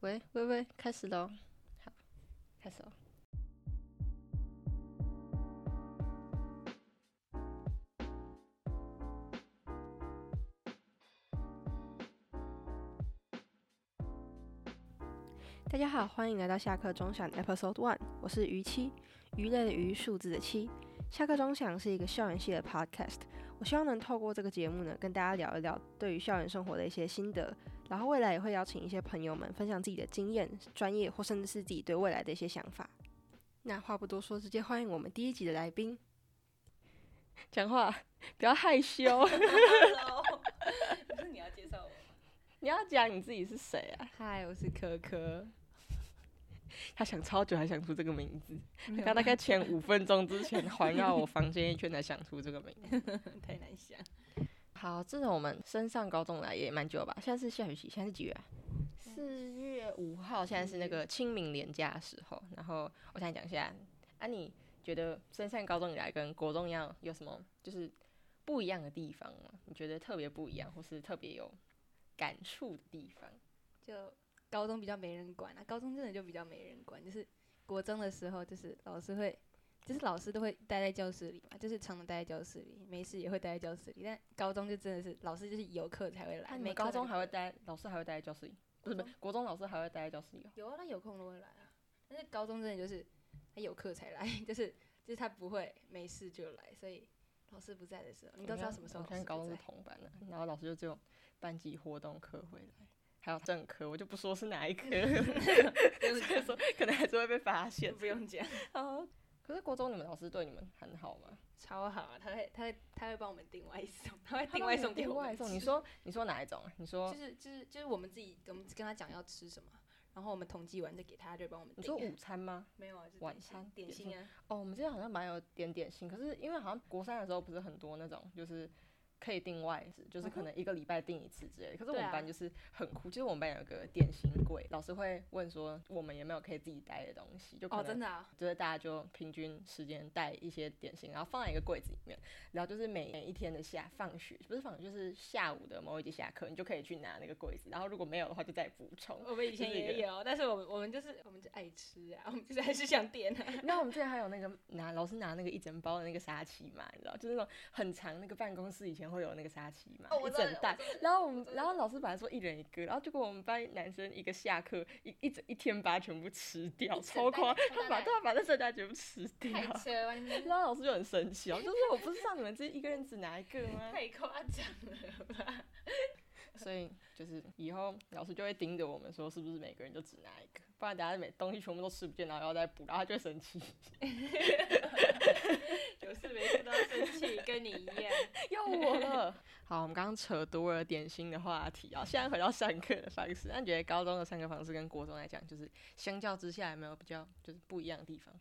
喂喂喂，开始喽！好，开始喽。大家好，欢迎来到下课钟响 Episode One，我是鱼七，鱼类的鱼，数字的七。下课钟响是一个校园系的 Podcast，我希望能透过这个节目呢，跟大家聊一聊对于校园生活的一些心得，然后未来也会邀请一些朋友们分享自己的经验、专业或甚至是自己对未来的一些想法。那话不多说，直接欢迎我们第一集的来宾。讲话不要害羞， 不是你要介绍我？你要讲你自己是谁啊？嗨，我是可可。 他想超久才想出这个名字，他大概前五分钟之前环绕我房间一圈才想出这个名字。太难想。好，自从我们升上高中来也蛮久吧，现在是下学期，现在是几月啊？四月五号，现在是那个清明连假的时候。然后我想讲一下，啊，你觉得升上高中以来跟国中一样有什么就是不一样的地方吗？你觉得特别不一样，或是特别有感触的地方？就高中比较没人管啊，高中真的就比较没人管。就是国中的时候，就是老师会，就是老师都会待在教室里嘛，就是常常待在教室里，没事也会待在教室里。但高中就真的是老师就是有课才会来，你们没高课中就还会待，老师还会待在教室里？不是不是，国中老师还会待在教室里哦。有啊，他有空都会来啊。但是高中真的就是他有课才来，就是就是他不会没事就来，所以老师不在的时候，你都知道什么时候我老现在师高不中是在。 同班的，然后老师就只有班级活动课会来，还有正课，我就不说是哪一科，所以说 可能还是会被发现。不用讲，好，可是国中你们老师对你们很好吗？超好啊！他会，他会，他会帮我们订外送，他会他订帮外你送给订我外们吃。送，你说你说哪一种啊？你说就是就是就是我们自己，我们跟他讲要吃什么，然后我们统计完再给他，他就会帮我们你订。说午餐吗？没有啊？就是晚点心餐点点心啊，哦，我们之前好像蛮有点点心，可是因为好像国三的时候不是很多那种就是。可以订外食，就是可能一个礼拜订一次之类的。可是我嗯对们啊班就是很酷，就是我们班有个点心柜，老师会问说我们有没有可以自己带的东西，就可哦，能真的啊，就是大家就平均时间带一些点心，然后放在一个柜子里面，然后就是每每一天的下放学，不是放学就是下午的某一节下课，你就可以去拿那个柜子，然后如果没有的话就再补充。 啊我们以前就是一个也有，但是我们我们就是我们就爱吃啊，我们就是还是想点啊。那我们之前还有那个拿老师拿那个一整包的那个沙琪玛，你知道，就是那种很长那个办公室以前会有那个沙琪玛、哦我一知道整袋我知道，然后我们然后老师本来说一人一个，然后结果我们班男生一个下课一一整一天把它全部吃掉，一整超袋夸张，啊他超大把袋他把那整袋全部吃掉，太扯了，你们然后老师就很生气哦，就是我不是让你们自己一个人只拿一个吗？太夸张了吧？所以就是以后老师就会盯着我们说，是不是每个人就只拿一个，不然大家每东西全部都吃不见，然后要再补，然后他就会生 气。有事没事都要生气，跟你一样。又我了。 好，我们刚刚扯多了点心的话题啊，现在回到上课的方式。那你觉得高中的上课方式跟国中来讲，就是相较之下有没有比较就是不一样的地方？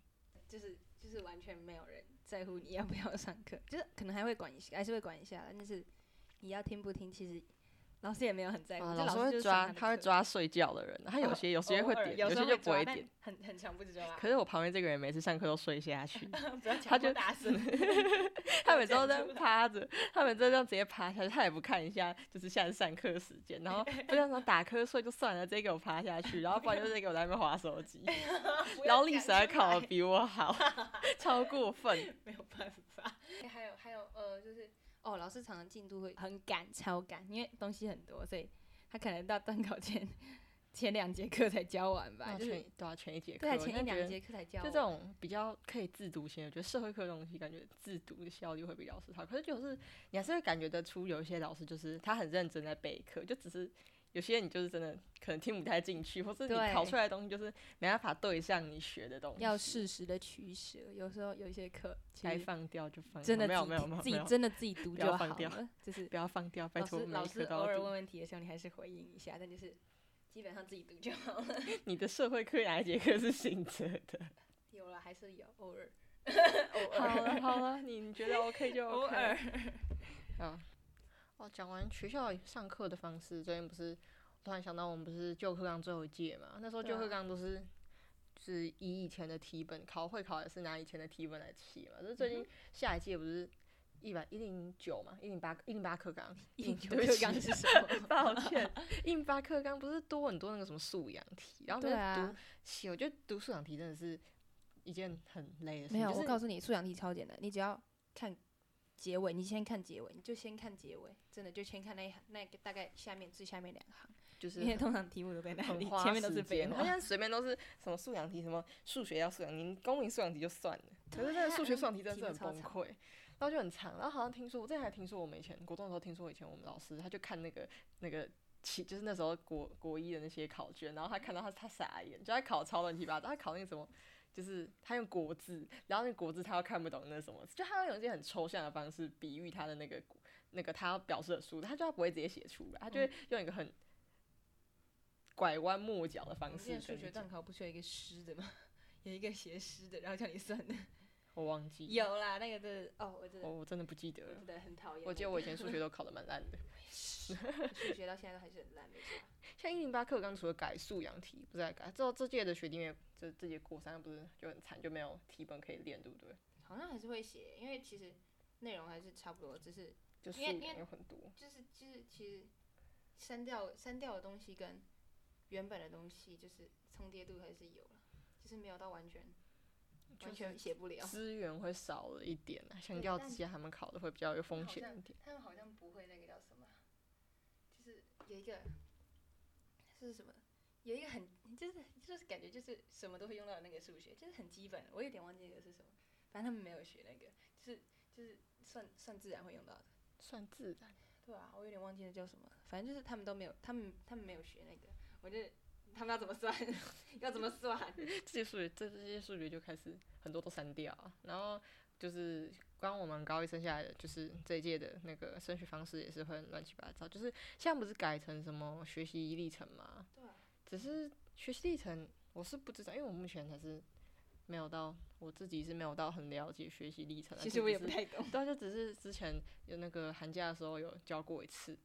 就是就是完全没有人在乎你要不要上课，就是可能还会管一下，还是会管一下啦，但是你要听不听，其实哎老师也没有很在乎。就啊老师师就会是上抓，的他会课，哦抓睡觉的人，啊他有些有些偶会尔点，有时些候就不抓会但点。很很常不知道啊。可是我旁边这个人每次上课都睡下去，不 要他讲就就大声， 他每次都讲在出来趴着，他每次都这样直接趴下去，他也不看一下，就是现在上课时间， 然后不想说打瞌睡就算了，直接给我趴下去，然后不然就直接给我在那边划手机，哎然后历史还考的比我好， 超过分。没有办 法。还有还有呃，就是哦，老师常常进度会很赶，超赶，因为东西很多，所以他可能到断考前前两节课才教完吧，那就是全对啊，全一节课，对啊我前真一的觉两得节课才教就完。这种比较可以自读型，我觉得社会课的东西感觉自读的效率会比老师好。可是就是你还是会感觉得出，有一些老师就是他很认真在备课，就只是有些你就是真的可能听不太进去，或是你对考出来的东西就是没办法对上你学的东西。要适时的取舍，有时候有一些课其该实放掉就放掉，真的哦没有自己没有没有自没己有真的 自己读不就要好放掉了，就是不要放掉， 拜老托师每老一师科偶都要尔读问问题的时候，你还是回应一下，但就是基本上自己读就 好了。你的社会课哪一节课是醒着的？有了还是有，偶尔偶 好尔了好 了，你你觉得 OK 就偶 OK。尔。嗯啊，哦，讲完学校上课的方式，最近不是突然想到，我们不是旧课纲最后一届嘛？那时候对旧课啊纲都是、就是嗯以以前的题本考会考也是拿以前的题本来写嘛。就是最近下一届不是一百一零九嘛，一零八一零八克纲，硬109球对不课起纲是什么？ 抱歉，一零八课纲不是多很多那个什么素养题，然后就对是读，啊，写我觉得读素养题真的是一件很累的事情，没有，就我是告诉你，素养题超简单，你只要看结尾，你先看结尾，你就先看结尾，真的就先看那一行，那个大概下面最下面两行，就是 因为通常题目都在那很里，花前面都是时废间。 他现话。在随便都是什么素养题，什么数学要素养，你公民素养题就算了，可是那个对数学啊素养题真的题是目很超崩长溃，然后就很长。然后好像听说，我之前还听说我们以前国中的时候，听说以前我们老师他就看那个那个。期就是那时候国国一的那些考卷，然后他看到他他傻眼，就他考超乱七八糟，他考那个什么，就是他用国字，然后那个国字他又看不懂那什么，就他会用一些很抽象的方式比喻他的那个那个他要表示的数字，他就他不会直接写出来，他就会用一个很拐弯抹角的方我式记得跟数你学讲段考不是有一个诗的吗？ 有一个写诗的，然后叫你算的。我忘记，有啦，那个真的哦，我真我的我真的不记得我了。真的很讨厌。我记得我以前数学都考得蛮烂的， 数学到现在都还是很烂，没错。像一零八课纲除了改素养题不再改，之后这届的学弟妹这这届国三不是就很惨，就没有题本可以练，对不对？好像还是会写，因为其实内容还是差不多，只是就素因为因养为有很多，就是就是其实删掉删掉的东西跟原本的东西就是重叠度还是有了，就是没有到完全就完全写不了。资源会少了一点啊，相对较但之下他们考的会比较有风好险像一点。他们好像不会那个叫什么，啊就是有一个是什么，有一个很就是就是感觉就是什么都会用到的那个数学，就是很基本，我有点忘记那个是什么，反正他们没有学那个，就是就是算算自然会用到的。算自然，对啊，我有点忘记那叫什么了，反正就是他们都没有，他们他们没有学那个，我就他们要怎么算， 要怎么算，这些数学这这些数学就开始很多都删掉啊，然后就是光我们高一生下来的，就是这一届的那个升学方式也是会很乱七八糟，就是现在不是改成什么学习历程嘛，对啊，只是学习历程我是不知道，因为我目前还是没有到我自己是没有到很了解学习历程啊，其就实只我也不是太懂。对啊，就只是之前有那个寒假的时候有教过一次，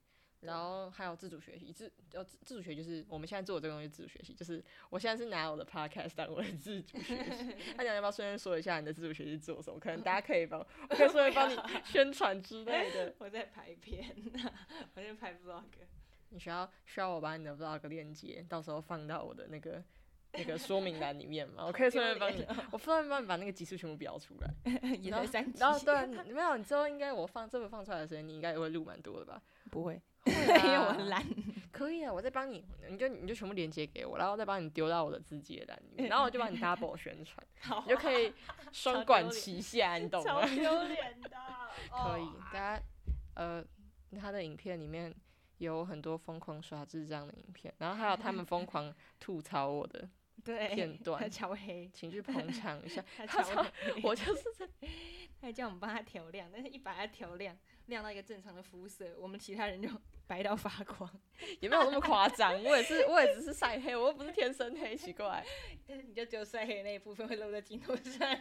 然后还有自主学习，自呃自自主学就是我们现在做的这个东西自主学习，就是我现在是拿我的 podcast 当我的自主学习。那你要不要顺便说一下你的自主学习做什么？可能大家可以帮我，我可以顺便帮你宣传之类的。我在排片、 我在排 vlog，你需要需要我把你的 vlog 链接到时候放到我的那个那个说明栏里面吗？我可以顺便帮你，我顺便帮你把那个集数全部标出来。 也然后才三集，然后对啊，你没有，你之后应该我放这个放出来的时间，你应该也会录蛮多的吧？不会， 会因为哎我啦很懒。啊可以啊，我再帮你，你就你就全部连接给我，然后再帮你丢到我的字节栏里面，然后我就帮你 double 宣传，好啊你就可以双管齐下，你懂吗？丢脸 的，哦可以，大家呃，他的影片里面有很多疯狂耍智障的影片，然后还有他们疯狂吐槽我的对，片他段，超 黑，请去捧场一 下。他他超超黑，我就是在他叫我们帮他调亮，但是一把他调亮，亮到一个正常的肤色，我们其他人就 白到发 光。也没有那么夸张，我也是我也只是晒黑，我又不是天生黑，奇怪。但是你就只有晒黑那一部分会露在镜头 上，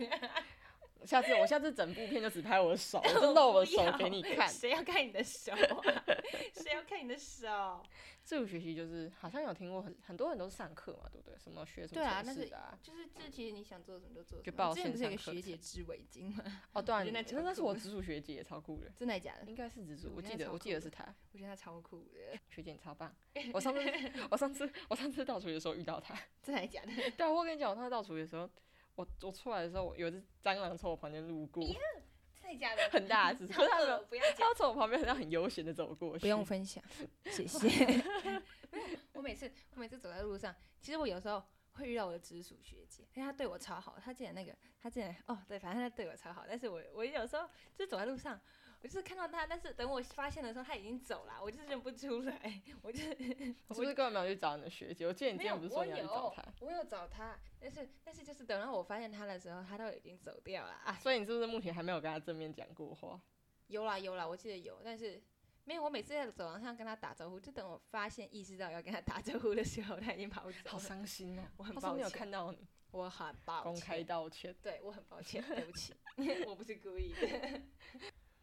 下次我下次整部片就只拍我的手，我就露我的手不要给你看。 谁要看你的手啊？ 谁要看你的手？自主学习就是好像有听过很很多人都是上课嘛，对不对？什么学什对啊么城那市是的、啊？就是这其实你想做什么就做就什么。报我之前线上不是有个课学姐程织围巾吗？哦，对啊，我觉你得那那超那是我酷直属学姐，超酷 的，真的假的？应该是直属，我我觉得记那得超我记得酷是她我觉得她超酷的，学姐，你超棒。我上次 我上次我上次倒数的时候遇到她，真的假的？对啊，我跟你讲，我上次倒数的时候，我我出来的时候，我有一只蟑螂从我旁边路过， 真的假 的？很大只，可是它没有，不要讲，它从我旁边好像很悠闲的走过去，不用分享，谢 谢。没有，我每次我每次走在路上，其实我有时候会遇到我的直属学姐，哎，她对我超好，她竟然那个，她竟然哦，对，反正她对我超好，但是我我有时候就走在路上。我就是看到她，但是等我发现的时候，她已经走了，我就是认不出来， 我就是你是不是根本没有去找你的学姐？我记得你没之有，前不是说你要去找她，我有，我有找他，但是但是就是等到我发现他的时候，他都已经走掉了啊。所以你是不是目前还没有跟她正面讲过话？有啦有啦，我记得有，但是没有。我每次在走廊上跟他打招呼，就等我发现意识到要跟他打招呼的时候，他已经跑走好了。伤心哦，我很她说抱没有歉看到你，我很抱歉，公开道歉。对我很抱歉，对不起，我不是故意的。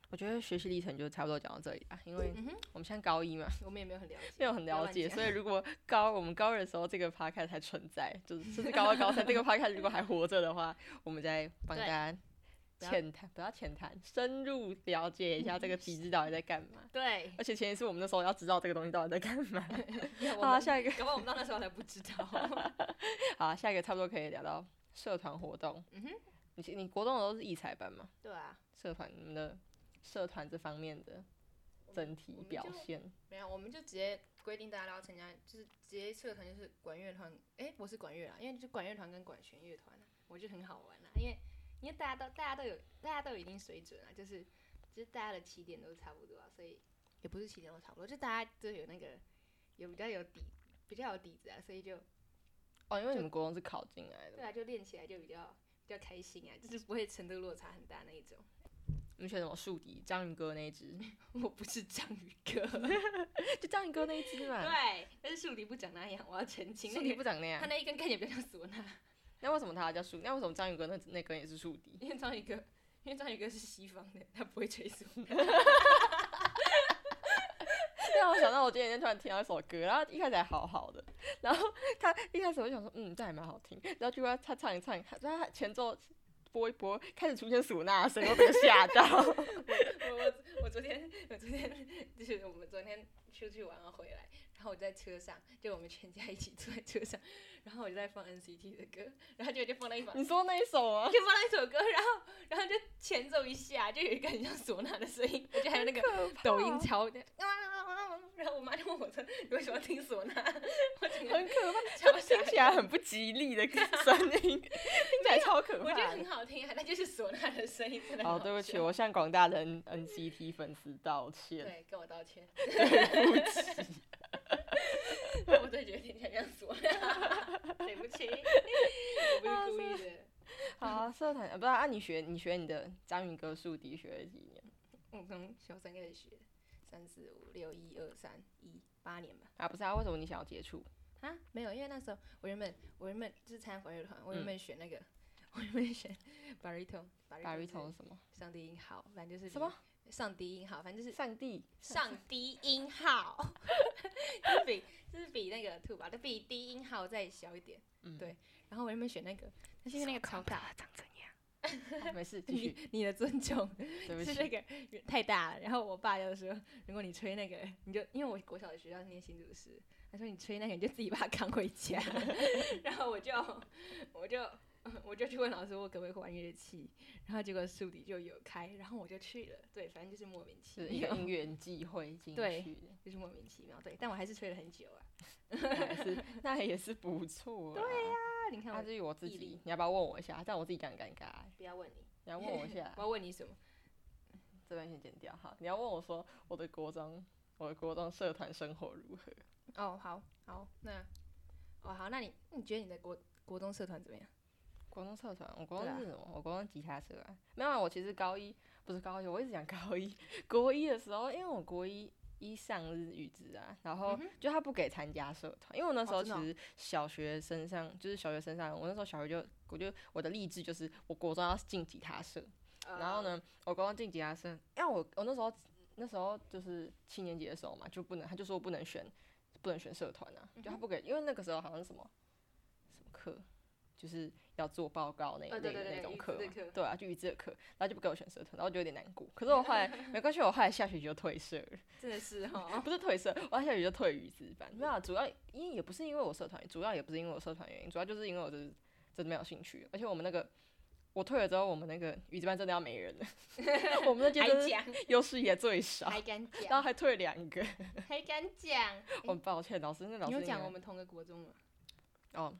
我觉得学习历程就差不多讲到这里吧，因为嗯哼，我们现在高一嘛， 我们也没有很了解，没 有很了解，不要乱讲所以如果高我们高二的时候这个 podcast 还存在，就是甚至高二、高三这个 podcast 如果还活着的话，我们再帮大对家不要浅谈，不要浅谈，深入了解一下这个体制到底在干 嘛。对，而且前提是我们那时候要知道这个东西到底在干嘛。 好好啊，下一个，搞不好我们到那时候还不知道。好啊，下一个差不多可以聊到社团活动。嗯哼，你你国中的都是艺才班吗？对啊，社团你们的社团这方面的整体表现，没有，我们就直接规定大家都要参加，就是直接社团就是管乐团。诶，我是管乐啊啦，因为就管乐团跟管弦乐团、啊，我觉得很好玩啦、因为因为大家都大家都有大家都有一定水准啊，就是就是大家的起点都差不多啊，所以也不是起点都差不多，就大家都有那个有比较有底比较有底子啊，所以就哦，因为就你们国中是考进来的对嘛，啊，就练起来就比较比较开心啊，就是不会程度落差很大那一种。 你们选什么竖笛？章鱼哥那一只，我不是章鱼哥， 啊就章鱼哥那一只 嘛。对，但是树敌不长那样，我要澄清。竖笛不啊长那那个，样他，那一根看起来比较像唢呐，那为什么它叫竖？那为什么章鱼哥那那根也是竖 笛？ 因为章鱼哥，因为章鱼哥是西方的，他不会吹 唢呐。让我想到我前几天突然听到一首歌，然后一开始还好好的，然后他一开始我就想说，嗯，这还蛮好听，然后结果他唱一唱，他他前奏播一播，开始出现唢呐的声音，我被吓到。 我我我昨天我昨天就是我们昨天出去玩了啊回来，然后我在车上，就我们全家一起坐在车上，然后我就在放 NCT 的歌，然后就就放到一把。你说那一首吗？就放到一首歌，然后然后就前奏一下，就有一个很像唢呐的声音，而且还有那个抖音超的，啊然后我妈就问我说：“你为什么要听唢呐？”我整个很可怕，超吓听起来很不吉利的 声音，听起来超可我觉得怕很的。好听啊，那就是唢呐的声音，真的。哦好，对不起，。我向广大的 N NCT 粉丝道歉，对，跟我道歉，对不起。我真的觉得听起来像唢呐， 对不起，我不是故意的。 好啊，社团啊，不是啊，你学你学你的章鱼哥竖笛学了几年？我从小三开始学，三四五六一二三一八年吧。啊，不是啊，为什么你想要接触？啊，没有，因为那时候我原本我原本就是参加管乐团，我原嗯本选那个，我原本选 baritone 巴 baritone 瑞是头什么？上低音号，反正就是什么比上低音号，反正就是上帝上低 音号，就是比就是比那个 two 吧，就比低音号再小一点。嗯对然后我原本选那个，但是因为那个超大，长怎样？好啊没事，继你续，你的尊重对不是起。那个太大了。然后我爸就说，如果你吹那个，你就因为我国小的学校是念新竹师，他说你吹那个你就自己把它扛回家。 然后我就我就我就去问老师，我可不可以换乐器？然后结果树底就有开，然后我就去了。对，反正就是莫名其是一个妙，因缘际会进对去的，就是莫名其妙。对，但我还是吹了很久啊。还是那也是不错。对呀，啊，你看那我至于我自己毅力，你要不要问我一下？但我自己讲尴尬欸，不要问你，你要问我一下 我，要问你 什么？这边先剪掉哈。你要问我说我的国中，我的国中社团生活如何？哦，好好，那哦好，那你你觉得你的国国中社团怎么样？国中社团，我国对中啊是什么？我国中吉他社啊。没有啊，我其实高一不是高一，我一直讲高一。国一的时候，因为我国一一上日语职啊，然后嗯哼就他不给参加社团，因为我那时候哦其真的实哦小学身上、就是小学身上，我那时候小学就我就我的励志就是我国中要进吉他社，然嗯后呢，我高中进吉他社，因为我我那时候那时候就是七年级的时候嘛，就不能，他就说不能选，不能选社团啊，嗯就他不给，因为那个时候好像是什么什么课，就是要做报告那、哦对对那对那种语课资的嘛课对啊，就语资的课，然后就不给我选社团，然后我就有点难过。可是我后来没关系，我后来下学期就退社了，真的是哦哈，不是退社，我下学期就退语资班。没有、啊，主要因也不是因为我社团，主要也不是因为我社团原因，主要就是因为我就是真的没有兴趣，而且我们那个。我退了之后，我们那个语资班真的要没人 了，我们那届还真的是讲优势也最少，还敢然后讲还退两个，还敢讲？我很抱歉，老师，那老你师有应讲该我们同个国中吗？哦，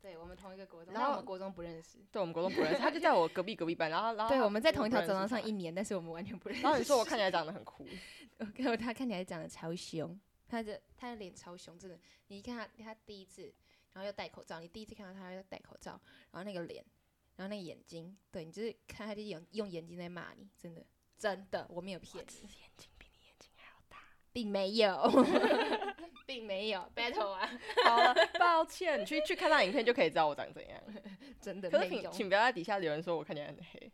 对，我们同一个国中，然但我后们国中不认识。对我们国中不认识，他就在我隔壁隔壁班，然后然后对，他我们在同一条不走认廊识上他一年，但是我们完全不认识。然 后你说我看起来长得很酷，我，他看起来长得超凶，他的他的脸超凶，真的。你一看他，他第一次，然后又戴口罩，你第一次看到他要戴口罩，然后那个脸，然后那个眼睛，对你就是看他就用用眼睛在骂你，真的真的，我没有骗你，眼睛比你眼睛还要大。并没有，并没有 battle 啊，好了，抱歉，你去去看那影片就可以知道我长怎样。真的可是没请有。请不要在底下留言说我看起来很 黑，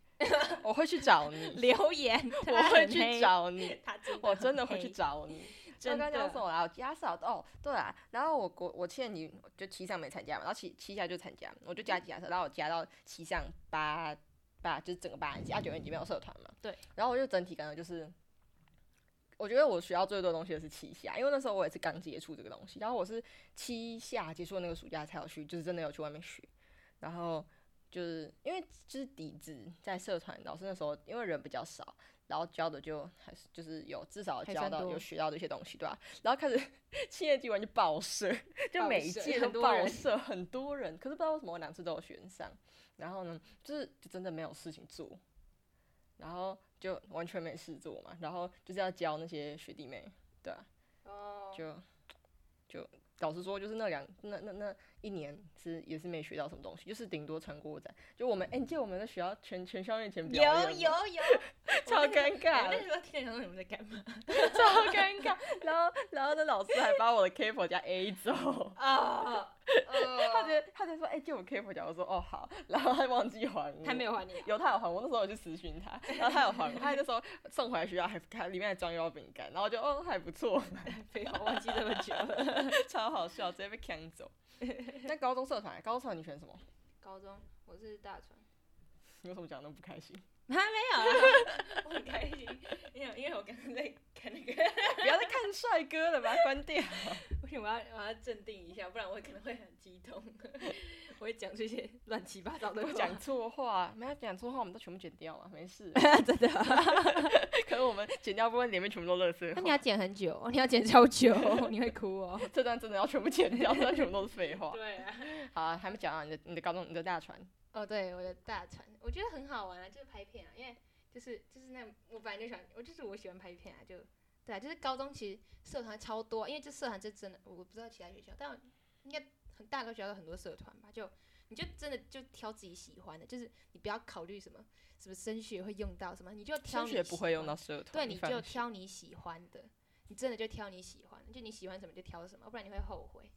我会去找你，留 言，我他会很去黑，找你。他真我很真的会去黑，找 你。真刚刚讲的什么啦？我吉他社哦，对啊。然后我国我七年级就七上没参加嘛，然后七七下就参加，我就加吉他社，然后我加到七上八八就是整个八年级，啊九年级没有社团嘛。对。然后我就整体感觉就是，我觉得我学到最多的东西的是七夏，因为那时候我也是刚接触这个东西，然后我是七夏结束的那个暑假才有去，就是真的有去外面学，然后。就是因为就是底子在社团，老师那时候因为人比较少，然后教的就还是就是有至少还教算到多有学到的一些东西，对吧、然后开始 七年级完就爆社， 就爆每一社届很都多爆人社，很多人，可是不知道为什么我两次都有选上。然后呢，就是就真的没有事情做，然后就完全没事做嘛，然后就是要教那些学弟妹，对啊，哦，就就老实说，就是那两那那那一年是也是没学到什么东西，就是顶多成果展。就我们，哎、你记得我们在学校全全校面前有表演吗有有， 超我那尴个 我尬那的，时候听人说你们在干 嘛超尴尬。然后然后那老师还把我的 K 谱加 A 走。啊？他他觉得他就说，哎、借我 K 谱夹，我说哦好，然后他忘记还我，还没有还你啊，有他有还我，那时候我去私讯他，然后他有还我，他那时候送回来学校还还里面还装一包饼干，然后我就哦还不错， 废话，啊忘记这么久了。超好笑，直接被抢走。那高中社团，高中社团你选什么？ 高中我是大船，你为什么讲得那么不开 心？还没有啊， 我很开心，因为因为我刚刚在看那个， 不要再看帅哥了，把它关掉。不行，我要我要镇定一下，不然我可能会很激动， 我会讲出一些乱七八糟的我话。 讲错话，没有讲错话，我们都全部剪掉嘛，没事。真的啊、 可是我们剪掉部分里面全部都乐色那你要剪很久，你要剪超久，你会哭哦。这段真的要全部剪掉，这段全部都是废话。 对啊，好、啊，还没讲到你的你的高中你的大船，哦，对，我的大船，我觉得很好玩啊，就是拍片啊，因为就是就是那我本来就喜欢，我就是我喜欢拍片啊，就对啊，就是高中其实社团超多，因为这社团就真的，我不知道其他学校，但应该很大个学校有很多社团吧，就你就真的就挑自己喜欢的，就是你不要考虑什么什么升学会用到什么，你就挑升你学不喜会用欢到社团，对，你放就心挑你喜欢的，你真的就挑你喜欢的，就你喜欢什么就挑什么，不然你会后悔。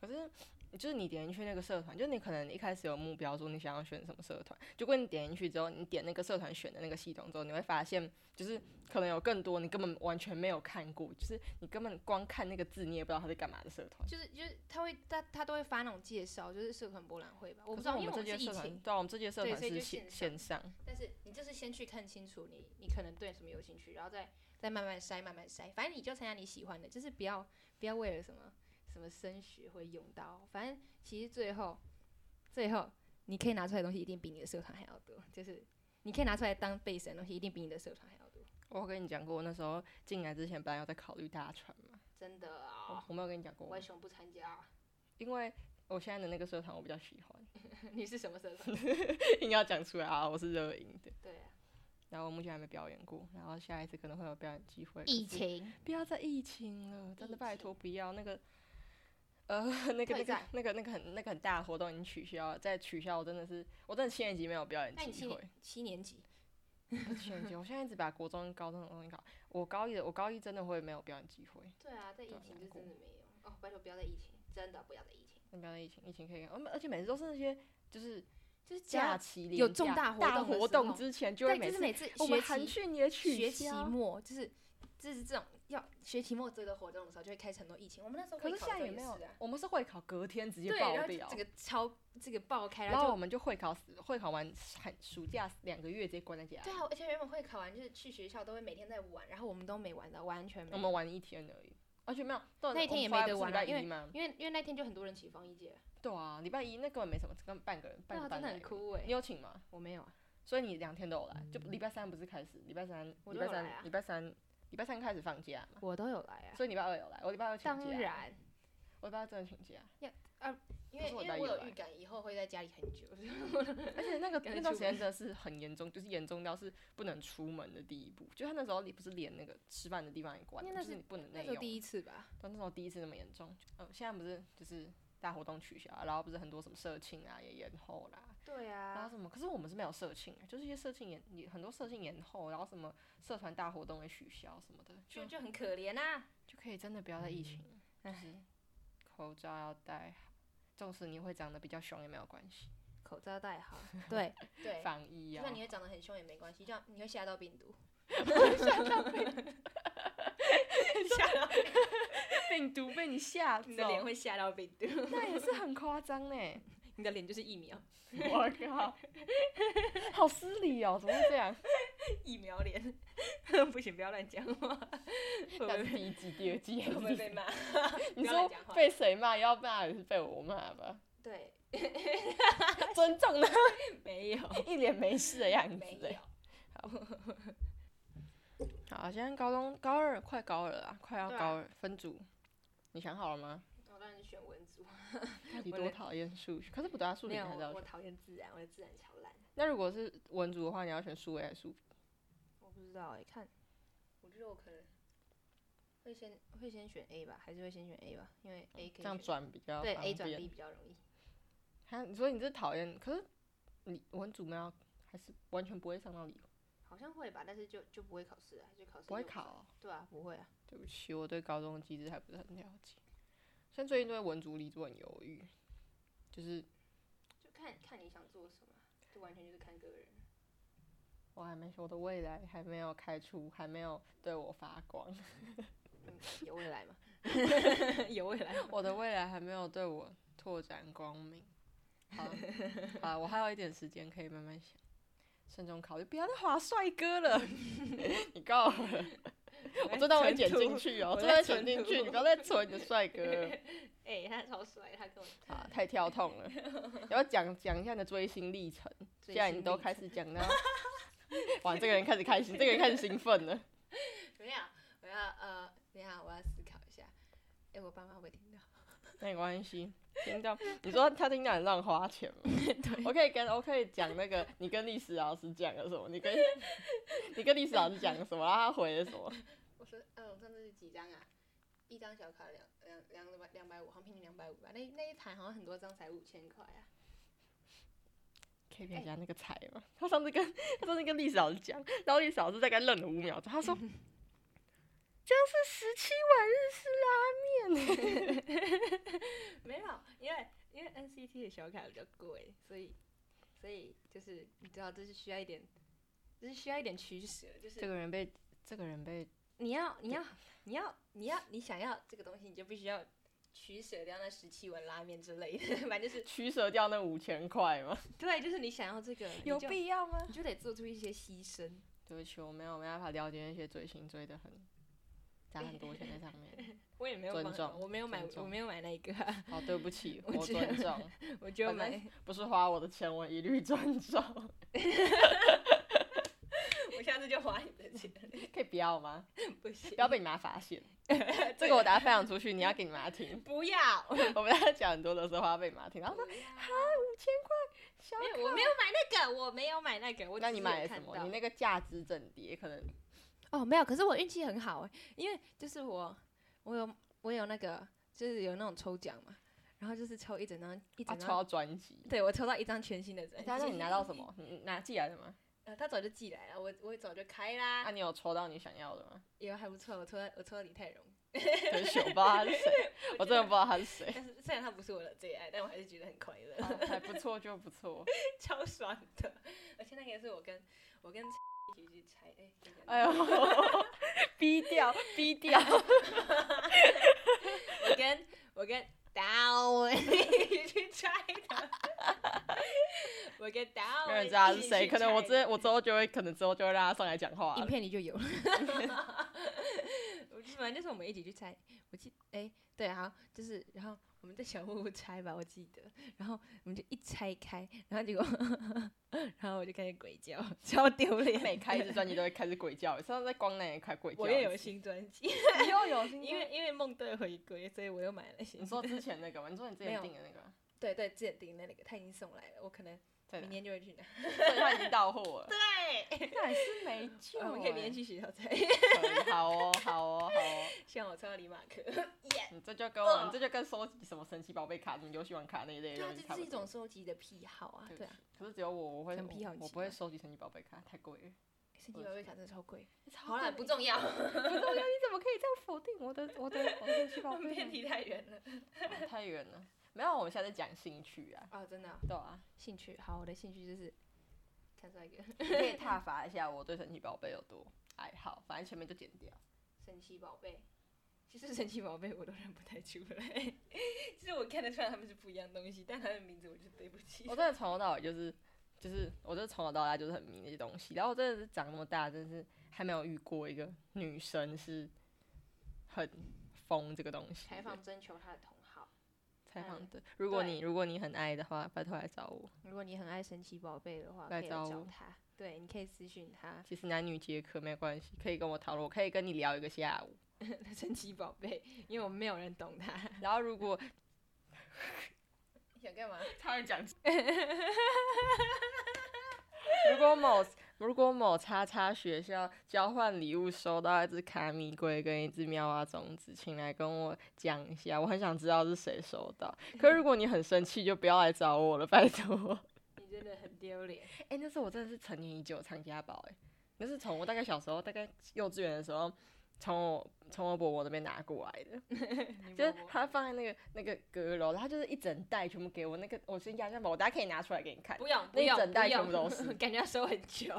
可是，就是你点进去那个社团，就是你可能一开始有目标说你想要选什么社团，结果你点进去之后，你点那个社团选的那个系统之后，你会发现，就是可能有更多你根本完全没有看过，就是你根本光看那个字你也不知道它是干嘛的社团。就是就是他会他他都会发那种介绍，就是社团博览会吧，我我不知道，我因为们这是届疫社团，情，对啊、我们这届社对团所以是就线线线上，但是你就是先去看清楚你你可能对什么有兴趣，然后再再慢慢筛慢慢筛，反正你就参加你喜欢的，就是不要不要为了什么什么升学会用到，反正其实最后最后你可以拿出来的东西一定比你的社团还要多，就是你可以拿出来当备审的东西一定比你的社团还要多，我跟你讲过，我那时候进来之前本来要在考虑大船嘛，真的我啊、我没有跟你讲过吗，为什么不参加啊？因为我现在的那个社团我比较喜欢， 你是什么社团？硬要讲出来啊，我是热音的， 对啊，然后我目前还没表演过，然后下一次可能会有表演机会，可疫是情不要再疫情了，真疫的拜情托不要那个，呃，那个那退个赛那个那个很那个很大的活动已经取消了，再取消我真的是我真的七年级没有表演那你机七会年，七年级 不是七年级，我现在一直把国中、高中的东西搞，我高一的我高一真的会没有表演机会，对啊，在疫对情难就过真的没有哦，拜托不要在疫情，真的不要在疫情，那不要在疫情疫情可以嗯看，而且每次都是那些就是就是假期有连重假大活大动的活时动候之前就会对，每就是次每次我们学韩期训也取学期消，末就是就是这种要学期末这个活动的时候，就会开始很多疫情。我们那时候可会是考的现时在也候也没有是啊，，我们是会考隔天直接对，爆然后就掉这。个超这个爆开，然后后就我们就会考死，会考完寒暑假两个月直接关在家里。对啊，而且原本会考完就是去学校都会每天在玩，然后我们都没玩到，完全没我们玩一天而已，而且没有，对那一我们天也后来没得不是玩礼啊拜因为一吗？因为因为那天就很多人请防疫节，对啊，礼拜一那根本没什么，跟半个人对半啊，个真班的来很酷哎、你有请吗？我没有啊，所以你两天都有来，就礼拜三不是开始？礼拜三，我礼拜都有来啊三，礼拜三，礼拜三开始放假嘛，我都有来啊，所以礼拜二有来，我礼拜二请当啊假，然，我礼拜二真的请假，因可为是我礼因拜为我一有有来预感以后会在家里很久， 而且那个那赶紧段时出间真的是很严重，就是严重到是不能出门的第一步，就他那时候你不是连那个吃饭的地方也关了，因为那就是是你不能那内时候用，第一次吧，但那时候第一次那么严重，嗯，现在不是就是大活动取消啊，然后不是很多什么社庆啊也延后啦，对然后啊，什么？可是我们是没有社庆，就是一些社庆延也很多社庆延后，然后什么社团大活动也取消什么的，就就就很可怜啊。就可以真的不要在疫情，嗯就是口罩要戴好，纵使你会长得比较凶也没有关系，口罩戴好， 对对，防疫就啊算，你会长得很凶也没关系，这样你会吓到病 毒。吓到病毒被你吓你的脸走，会吓到病毒， 那也是很夸张呢。欸你的脸就是一秒我靠， 好失礼哦，怎么会这 样？一秒脸， 不行，不要乱讲 话，会不那会是被第一季、第二季还会是不第会三？被 骂？你不说要乱讲话被谁骂？要骂也是被我骂吧？对，尊重的，没有，一脸没事的样子没欸。有，好，现在高中高二快高二了啊，快要对高啊二、分组，你想好了吗？我当然是选文组， 到底我多的讨厌数学？可是不对啊，数没学有，还是要我学我。讨厌自然，我的自然超烂，那如果是文组的话，你要选数 A 还是数 B？我不知道哎、看，我觉得我可能会先会先选 A 吧，还是会先选 A 吧，因为 A 可这以样选转比较对方 A 转便 B 比较容易。哈，所以你是讨厌，可是你文组没有，还是完全不会上到理，好像会吧，但是就就不会考试啊，就考试不会就考算哦、对啊，不会啊。对不起，我对高中的机制还不是很了解。像最近对文组、理组很犹豫，就是就看看你想做什么啊，就完全就是看个人。我还没我的未来还没有开出，还没有对我发光， 嗯，有未 来吗？有未来吗？ 我的未来还没有对我拓展光明。 好啊，好啊，我还有一点时间可以慢慢想，慎重考虑，不要再划帅哥了， 你够了，我真的会剪进去哦，我真在的剪存进去，图你不要再存你的帅哥了。 哎、他超帅，他跟我啊，太跳痛了。然后讲讲一下你的追星历程，最既然亲你都密开始讲到，哇，这个人开始开心，这个人开始兴奋了。等一下，我要呃，等一下我要思考一下。哎、我爸妈会不会听到？没关系，听到你说他听到你乱花钱 吗？对，我可以跟我可以讲那个，你跟历史老师讲了什么？你跟你跟历史老师讲了什么？然后他回了什么？我说，嗯、我上次是几张啊？一张小卡两两两百两百五，好像平均两百五吧。那那一盘好像很多张才五千块啊。可以不要讲那个财吗？他上次跟他上次跟历史老师讲，然后历史老师大概愣了五秒钟，他 说：“这样是十七碗日式啦。” 没有，因为因为 NCT 的小卡比较贵，所以所以就是你知道，这是需要一点，这是需要一点取舍，就是这个人被这个人被你要你要你要你要你想要这个东西，你就必须要取舍掉那十七碗拉面之类的， 反正就 是取舍掉那五千块吗？对，就是你想要 这个，你就要吗？你就得做出一些牺牲。 对不起，我没有没办法了解那些追星追的很砸很多钱在上 面。我也没有尊帮忙重我没有买尊，重我没有买那一个、啊， 好，对不起，我我觉得尊重，我就本来买， 不是花我的钱，我一律尊重。我下次就花你的钱， 可以不要吗？不行不，要被你妈发现。哎这个我等下分享出去，你要给你妈听。 不要，我们在讲很多的时候，她被你妈听，然后说不 要五千块小没有，卡我没有买那个，我没有买那个。我那只你是买有了看什么？到你那个价值整叠可能啊哦，没有，可是我运气很好哎，因为就是我，我有我有那个，就是有那种抽奖嘛，然后就是抽一整张一啊整抽张，到专辑。对我抽到一张全新的等专一下，那辑。你拿到什么？你拿寄来的吗？呃，他早就寄来了，我我早就开那、啦，你有抽到你想要的吗？也还不错，我抽到我抽到李泰荣，很糗，我不知道他是 谁，我真的不知道他是谁。但是虽然他不是我的最爱，但我还是觉得很快乐， 哦还不错就不错。超爽的。而且那个是我跟我跟 一起去拆，哎，这个 哎呦， 逼掉逼掉， 哦我跟我跟 Down 一起去拆的， 我跟 Down 没有人知道他一是起谁。去可能我拆之我之后就会，可能之后就会让他上来讲话影了。片里就有了。 我就反正就是我们一起去拆，我记哎、对，好，就是然后我们在小木屋拆吧，我记得，然后我们就一拆开，然后结果， 然后我就开始鬼叫，超丢脸。每开一支专辑都会开始鬼叫，上次在光南也开鬼叫。我又有，新专辑， 你又有新因为因为梦队回归，所以我又买了新你。说之前那个吗？你说你之没前有订的那个 吗，对对，之前订的那个他已经送来了，我可能在哪明？天就会去拿。对，他已经到货了。 对，那还是没救我们可以明天去学校拆， 以好哦，好哦，好哦。希望我抽到李马克。你这就跟我，你这就跟收集什么神奇宝贝卡、什么游戏王卡那一类嗯的对啊东，西差这是不一种多。收集的癖好啊，对不对起啊，可是只有我，我会很癖好，很我奇啊不会怪收集神奇宝贝卡，太贵了。神奇我宝贝卡真的超贵。好好啦，不重要，不重要，你怎么可以这样否定我的我的我的神奇我宝 们贝偏呢？题太远了。啊太远了，没有，我们现在讲兴趣啊， 哦，真的哦、对 啊，兴趣好，我的兴趣就是看出来一个 你可以挞伐一下我对神奇宝贝有多爱好，反正前面就剪掉。神奇宝贝，其实神奇宝贝我都认不太出来， 其实我看得出来他们是不一样东西，但他的名字我就对不起。 我真的从头到尾就是就是，我就从小到大就是很迷那些东西。然后我真的是长那么大，真的是还没有遇过一个女生是很疯这个东西的。采访征求他的同好。采访嗯的，如果对你如果你很爱的话，拜托来找我。如果你很爱神奇宝贝的话，可来以来找找我他，对，你可以私讯他 其实男女皆可，没有关系，可以跟我讨论，我可以跟你聊一个下午。神奇宝贝，因为我们没有人懂他。然后如果你想干嘛？他会讲， 如果某如果某叉叉学校交换礼物收到一只卡米龟跟一只喵啊种子，请来跟我讲一下，我很想知道是谁收 到。可如果你很生气，就不要来找我了，拜托。你真的很丢脸。哎、那时候我真的是成年已久参家宝哎、那是从我大概小时候，大概幼稚园的时候，从我从我伯伯那边拿过来 的。就是他放在那个那个阁楼，他就是一整袋全部给我。那个我先压箱宝，我大家可以拿出来给你看。不用，那不一用，整袋不全部用都是感觉要收很久。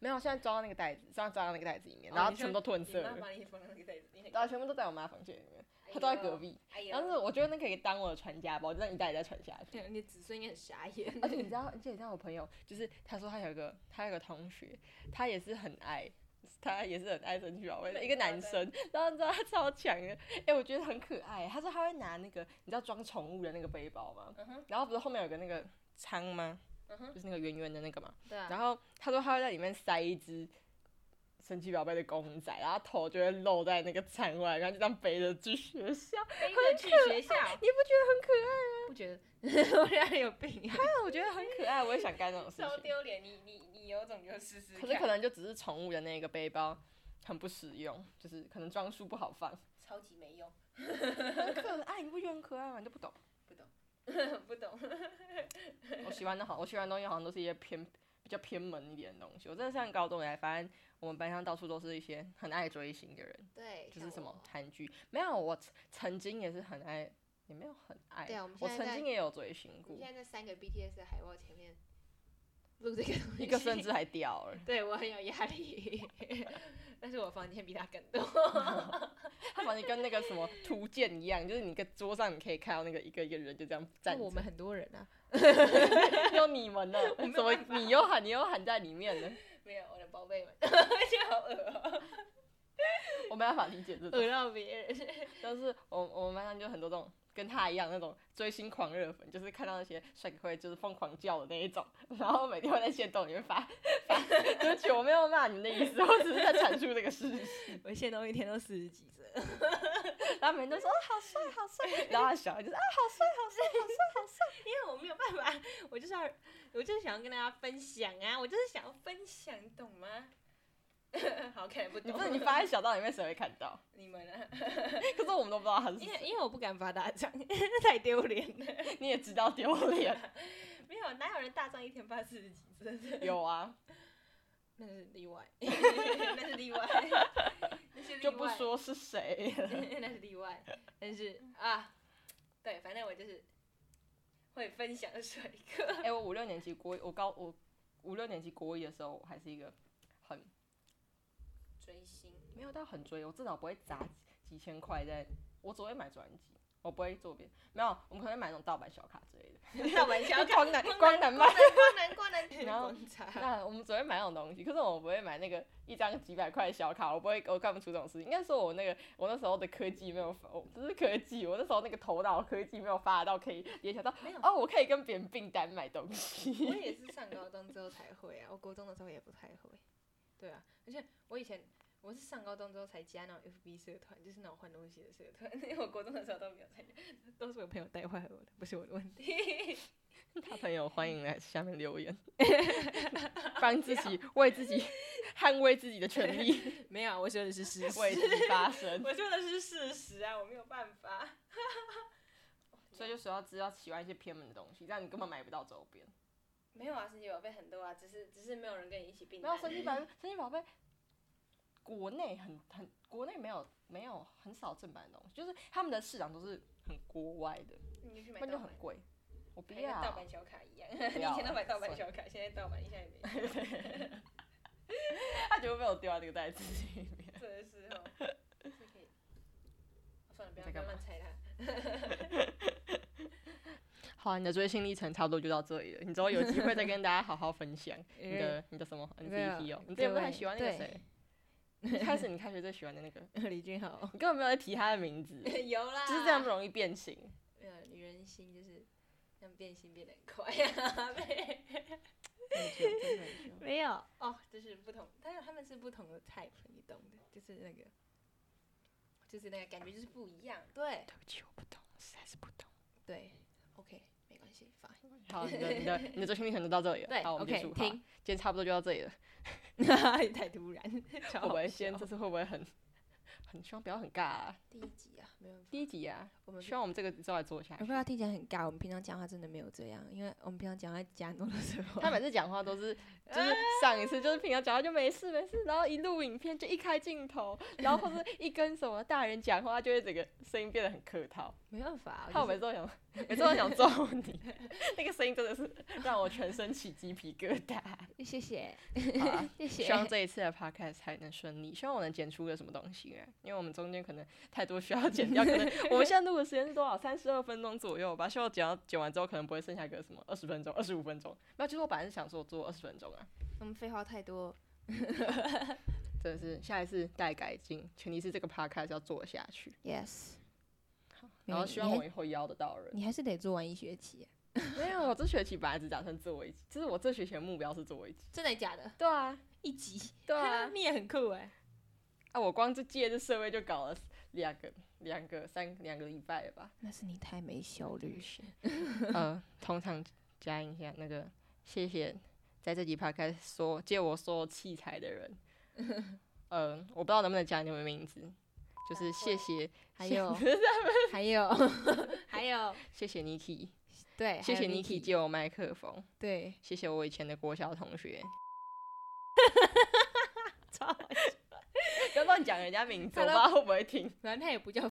没有，现在装到那个袋子，现在装到那个袋子里面，哦然后你全部说都褪你色妈了，把你放到那个袋子里面然后全部都在我妈房间里面，哎她都在呦隔壁。哎但是呦，我觉得那可以当我的传家宝，就这样一代一代传下去。你的子孙应该很傻眼。而且你知道，而且你知道我朋友，就是他说他有一个他有一个同学，他也是很爱，他也是很爱神奇宝贝的一个男生，然后你知道他超强的，哎、我觉得很可爱。他说他会拿那个你知道装宠物的那个背包吗？嗯哼，然后不是后面有个那个仓吗？嗯哼，就是那个圆圆的那个嘛。对啊。然后他说他会在里面塞一只神奇宝贝的公仔，然后头就会露在那个餐外，然后就这样背着去学校，背着去学校， 你不觉得很可爱？啊不觉得 我俩有病啊？但我觉得很可爱，我也想干这种事超情。丢脸！你你你有种就试试可是看，可能就只是宠物的那个背包很不实用，就是可能装束不好放。超级没用，很可爱，你不觉得很可爱吗？你都不 懂。不懂。我喜欢的好，我喜欢的东西好像都是一些偏比较偏门一点的东西。我真的上高中以来，发现我们班上到处都是一些很爱追星的人。对，就像是什么我？韩剧？没有，我曾曾经也是很爱，也没有很爱。对啊我们现我在曾在经也有追星你过，现在在三个 BTS 的海报前面录这个东西，。一个甚至还掉了 对我很有压力， 但是我房间比他更多。他把你跟那个什么图鉴一样，就是你跟桌上你可以看到那个一个一个人就这样站但着。哦我们很多人啊， 有你们呢？什么？你又喊，你又喊在里面呢？没有我的宝 贝们，觉得好恶哦、我没办法理解这种。恶到别人。 但是我我们班上就很多这种跟他一样那种追星狂热粉，就是看到那些帅哥会就是疯狂叫的那一种， 然后每天会在线动里面发发。对不起，我没有骂你们的意思，我只是在阐述这个事实。 我现在一天都四十几折， 然后每人都说、啊、好帅好帅，然后他小孩就是啊好帅好帅好帅好帅，因为我没有办法，我就是要，我就是想要跟大家分享啊，我就是想要分享，你懂吗？ 好看也不你懂，不是你发在小道里面谁会看到？ 你们啊，可是我们都不知道他是因谁，为因为我不敢发大张， 太丢脸了。你也知道丢脸。没有，哪有人大张一天发四十几折？有啊，那是例外， 那是例外，那 是例外就不，说是谁了。 那是例 外。但是啊，对，反正我就是会分享水哥。哎、我五六年级国一，我高我五六年级国一的时候，我还是一个很追星，没有到很追，我至少不会砸几千块在，我只会买专辑，我不会做别没有，我们可能会买那种盗版小卡之类的， 开玩笑，光南 光南卖。光 南光南然后观察，那我们只会买那种东西，可是我不会买那个一张几百块的小卡，我不会，我干不出这种事。应该说我那个我那时候的科技没有发，我不是科技，我那时候那个头脑科技没有发达到可以联想到没有，哦，我可以跟别人并单买东 我西。也是上高中之后才会啊，我国中的时候也不太会。对啊，而且我以前我是上高中之后才加那种 FB 社团，就是那种换东西的社团， 因为我国中的时候都没有参加，都是我朋友带坏我的，不是我的问题。大朋友欢迎来下面留言， 帮自 己为自己捍卫自己的权利， 没有，啊 我说的是事实。 为自己发声。我说的是事实啊，我没有办法。所以就说要知道喜欢一些偏门的东西，但你根本买不到周边。没有啊，神奇宝贝很多啊，只是只是没有人啊跟你一起并然后单。神奇宝贝，神奇宝贝，国内很很国内没有没有很少正版的东西，就是他们的市场都是很国外的，你就去买那盗就版很，贵。我不 还跟要，盗版小卡一样。不你要以前都了买盗版算小卡，现在盗版一下也没有。他就会被我丢在那个袋子里面。 真的是哦，这可以算了，你不要在不要干乱嘛猜他。 好、啊，你的追星历程差不多就到这里了，你之后有机会再跟大家好好分享因你为的你的什么你没有 p 哦，你之前不是很喜欢那个对谁？一开始你开学最喜欢的那个， 李俊豪，你根本没有在提他的名 字有啦，就是这样不。容易变形。没有，女人心就是像变心变得很快啊，没没有哦，就是不同，但是他们是不同的 type，你懂的，就是那个，就是那个感觉就是不一样，对对不起，我不懂，实在是不懂。对，OK，没关系，fine，好，你的你 的你的追星历程就到这里了。对好，我们结，OK，束。好停，今天差不多就到这里 了。 太突然，超会不好会先笑这次会不会很很希望不要很尬、啊？第一集啊，没有，第一集啊，我们希望我们这个之后来做 下我去不。知道听起来很尬，我们平常讲话真的没有这样，因为我们平常讲话讲很多的时候，他每次讲话都 是，就是上一次就是平常讲话就没事没事，然后一录影片就一开镜头，然后或者一跟什么大人讲话，就会整个声音变得很客套。 没办法，害我每就次都是想，每次都想揍你， 那个声音真的是让我全身起鸡皮疙瘩。 谢谢，好啊谢谢希，望这一次的 podcast 还能顺利，希望我能剪出个什么东西来，因为我们中间可能太多需要剪掉， 可能我们现在录的时间是多少？三十二分钟左右吧。希望剪到剪完之后，可能不会剩下个什么二十分钟、二十五分钟。没有，其实我本来是想说做二十分钟啊， 我们废话太多，真的是下一次待改进，前提是这个 podcast 要做下去。 Yes，然后你希望还我以后邀得到人。你还是得做完一学期，没有，我这学期本来只打算做一集，就是我这学期的目标是做一集。真的假的？对啊，一集，，对啊 你也很酷哎、啊，我光这借这设备就搞了两个、两个、三两个礼拜了吧。那是你太没效率了。 呃，通常加一下那个，谢谢在这集 podcast 说借我所有器材的人。呃， 我不知道能不能加你们名字，就是谢谢，还谢有啊 还有还有，谢谢 Niki，对，谢哎还谢有 Niki 借我麦克风，对，谢谢我以前的国小同 学。超好笑，不要乱讲人家名字，我他不都知道会不会 听，反正他也不叫，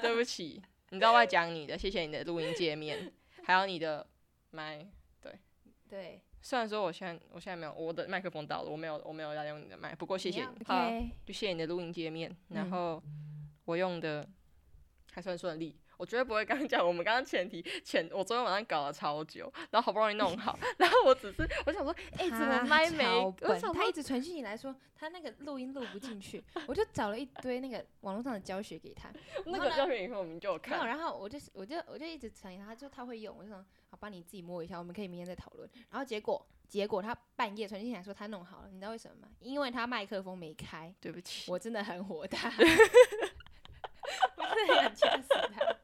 对不起，你知道我在讲你的，谢谢你的录音界面，还有你的麦。对，虽然说我现在我现在没有我的麦克风到了，我没有我没有要用你的麦，不过谢谢你。好 OK，就谢谢你的录音界面，然嗯后我用的还算顺利。我绝对不会刚刚讲，我们刚刚前提前，我昨天晚上搞了超久，然后好不容易弄好，然后我只是我想说，哎、怎么麦 没？超我笨想他说一直传讯你来说他那个录音录不进去，我就找了一堆那个网络上的教学给 他，那然后个呢教学影片我们就有没有，看，然后我就我就我就一直传给他，他就他会用，我就想好帮你自己摸一下，我们可以明天再讨论。然后结果结果他半夜传进来说他弄好了，你知道为什么吗？因为他麦克风没开，对不起，我真的很火 大，我真的很掐死他。哦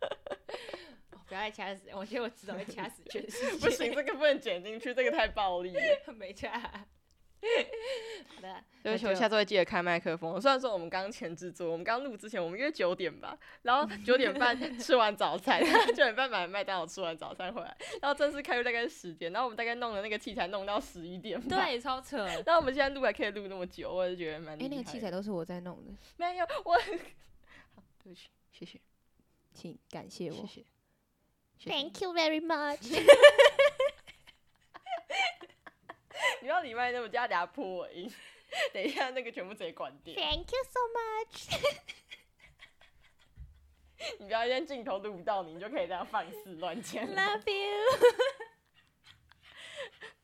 不要再掐死人，我觉得我迟早会掐死全世 界。不行，这个不能剪进去，这个太暴力了。没掐。好的，对不啊起，我那就下次会记得开麦克风。虽然说我们刚前制作，我们刚录之前，我们约九点吧，然 后九点半吃完早餐， 九点半买麦当劳吃完早餐回来，然后正式开录大概是十点，然后我们大概弄了那个器材弄到十一点。。对，超扯。哎、那我们现在录还可以录那么久，我就觉得蛮厉害的。那个器材都是我在弄的，没有我，好，对不起，谢谢，请感谢谢谢我。谢谢你 you very much 。不要你麦那么加，等下破我音，等一下那个全部直接关掉。 Thank you so much。你不要让镜头录不到你，你就可以这样放肆乱讲。 Love you,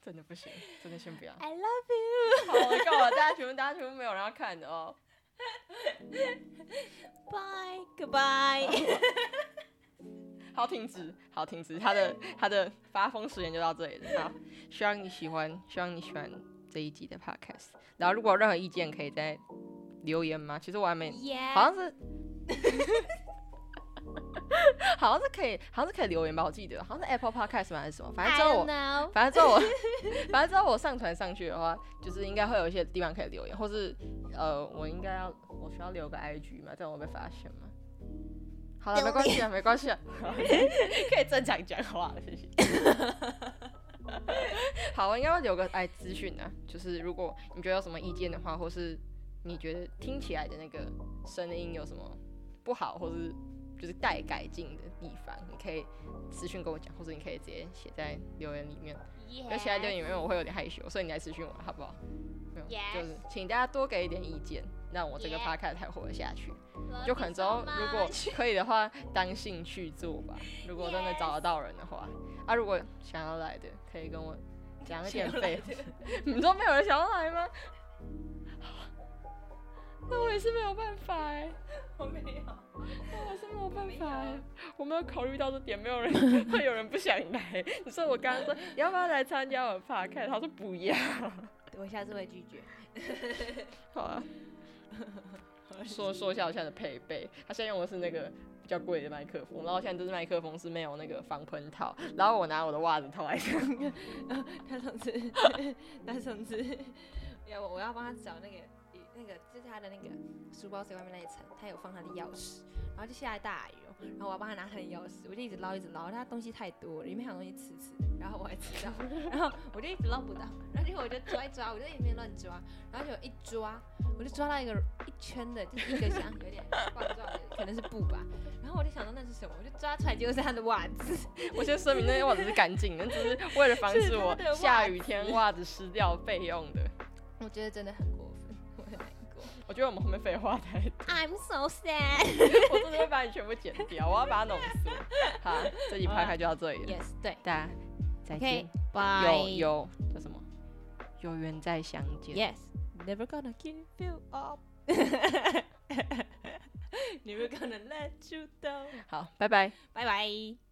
真的不行，真的先不要。 I love 哎好了，够了，大家全部，大家全部没有人要看的哦。 you, bye, goodbye。好，停止，好，停止，他的他的发疯时间就到这里了。好，希望你喜欢，希望你喜欢这一集的 podcast。然后如果有任何意见，可以再留言吗？其实我还 没，好 Yeah，像是，好像是可以，好像是可以留言吧，我记得好像是 Apple Podcast 吗还是什么，反正之后我 I。know。反正之后我， 反正之后我上传上去的话，就是应该会有一些地方可以留言，或是呃，我应该要我需要留个 IG 嘛，这样我会被发现吗？好了，没关系啊，没关系啊，可以正常讲话了，谢谢。好，我应该会留个哎资讯啊，就是如果你觉得有什么意见的话，或是你觉得听起来的那个声音有什么不好，或是就是待改进的地方，你可以私讯跟我讲，或者你可以直接写在留言里面。而且在留言里面我会有点害羞，所以你来私讯我好不好？没有 Yes 就是请大家多给一点意见，让我这个 Yeah podcast 才活得下去。 Love 就可能 you 之 so 后如果 much 可以的话，当兴趣做吧。如果真的找得到人的话，啊，如果想要来的，可以跟我讲一点废话。你说没有人想要来吗？那我也是没有办法哎、 我没有。我是没有办法欸，我没有考虑到这点，没有人 会有人不想来。你说我刚刚说你要不要来参加我的 p a r t 他说不要。我下次会拒绝。好啊， 说说一下我现在的配备，他现在用的是那个比较贵的麦克风，然后我现在这支麦克风是没有那个防喷套，然后我拿我的袜子套来上。他上次，他上次，要我我要帮他找那个雨那个，就是他的那个书包最外面那一层，他有放他的钥匙，然后就下大雨哦，然后我要帮他拿他的钥匙，我就一直捞一直捞，他东西太多了，里面还有东西刺刺的，然后我还知道，然后我就一直捞不到，然后结果我就抓一抓，我就在里面乱抓，然后就一抓，我就抓到一个一圈的，就是一个像有点棒状的，可能是布吧，然后我就想到那是什么，我就抓出来，结果是他的袜子。 我先声明，那些袜子是干净的，只是为了防止我是他的袜子下雨天袜子湿掉备用的。我觉得真的很过分，我很难过。我觉得我们后面废话太多， I'm so sad 我真的会把你全部剪掉，我要把它弄死。好，这集拍开就到这里了， Yes，对，大家再见。 OK bye 有有叫什么？有缘再相见。 Yes，never gonna give you up 。Never gonna let you down。好，拜拜。拜拜。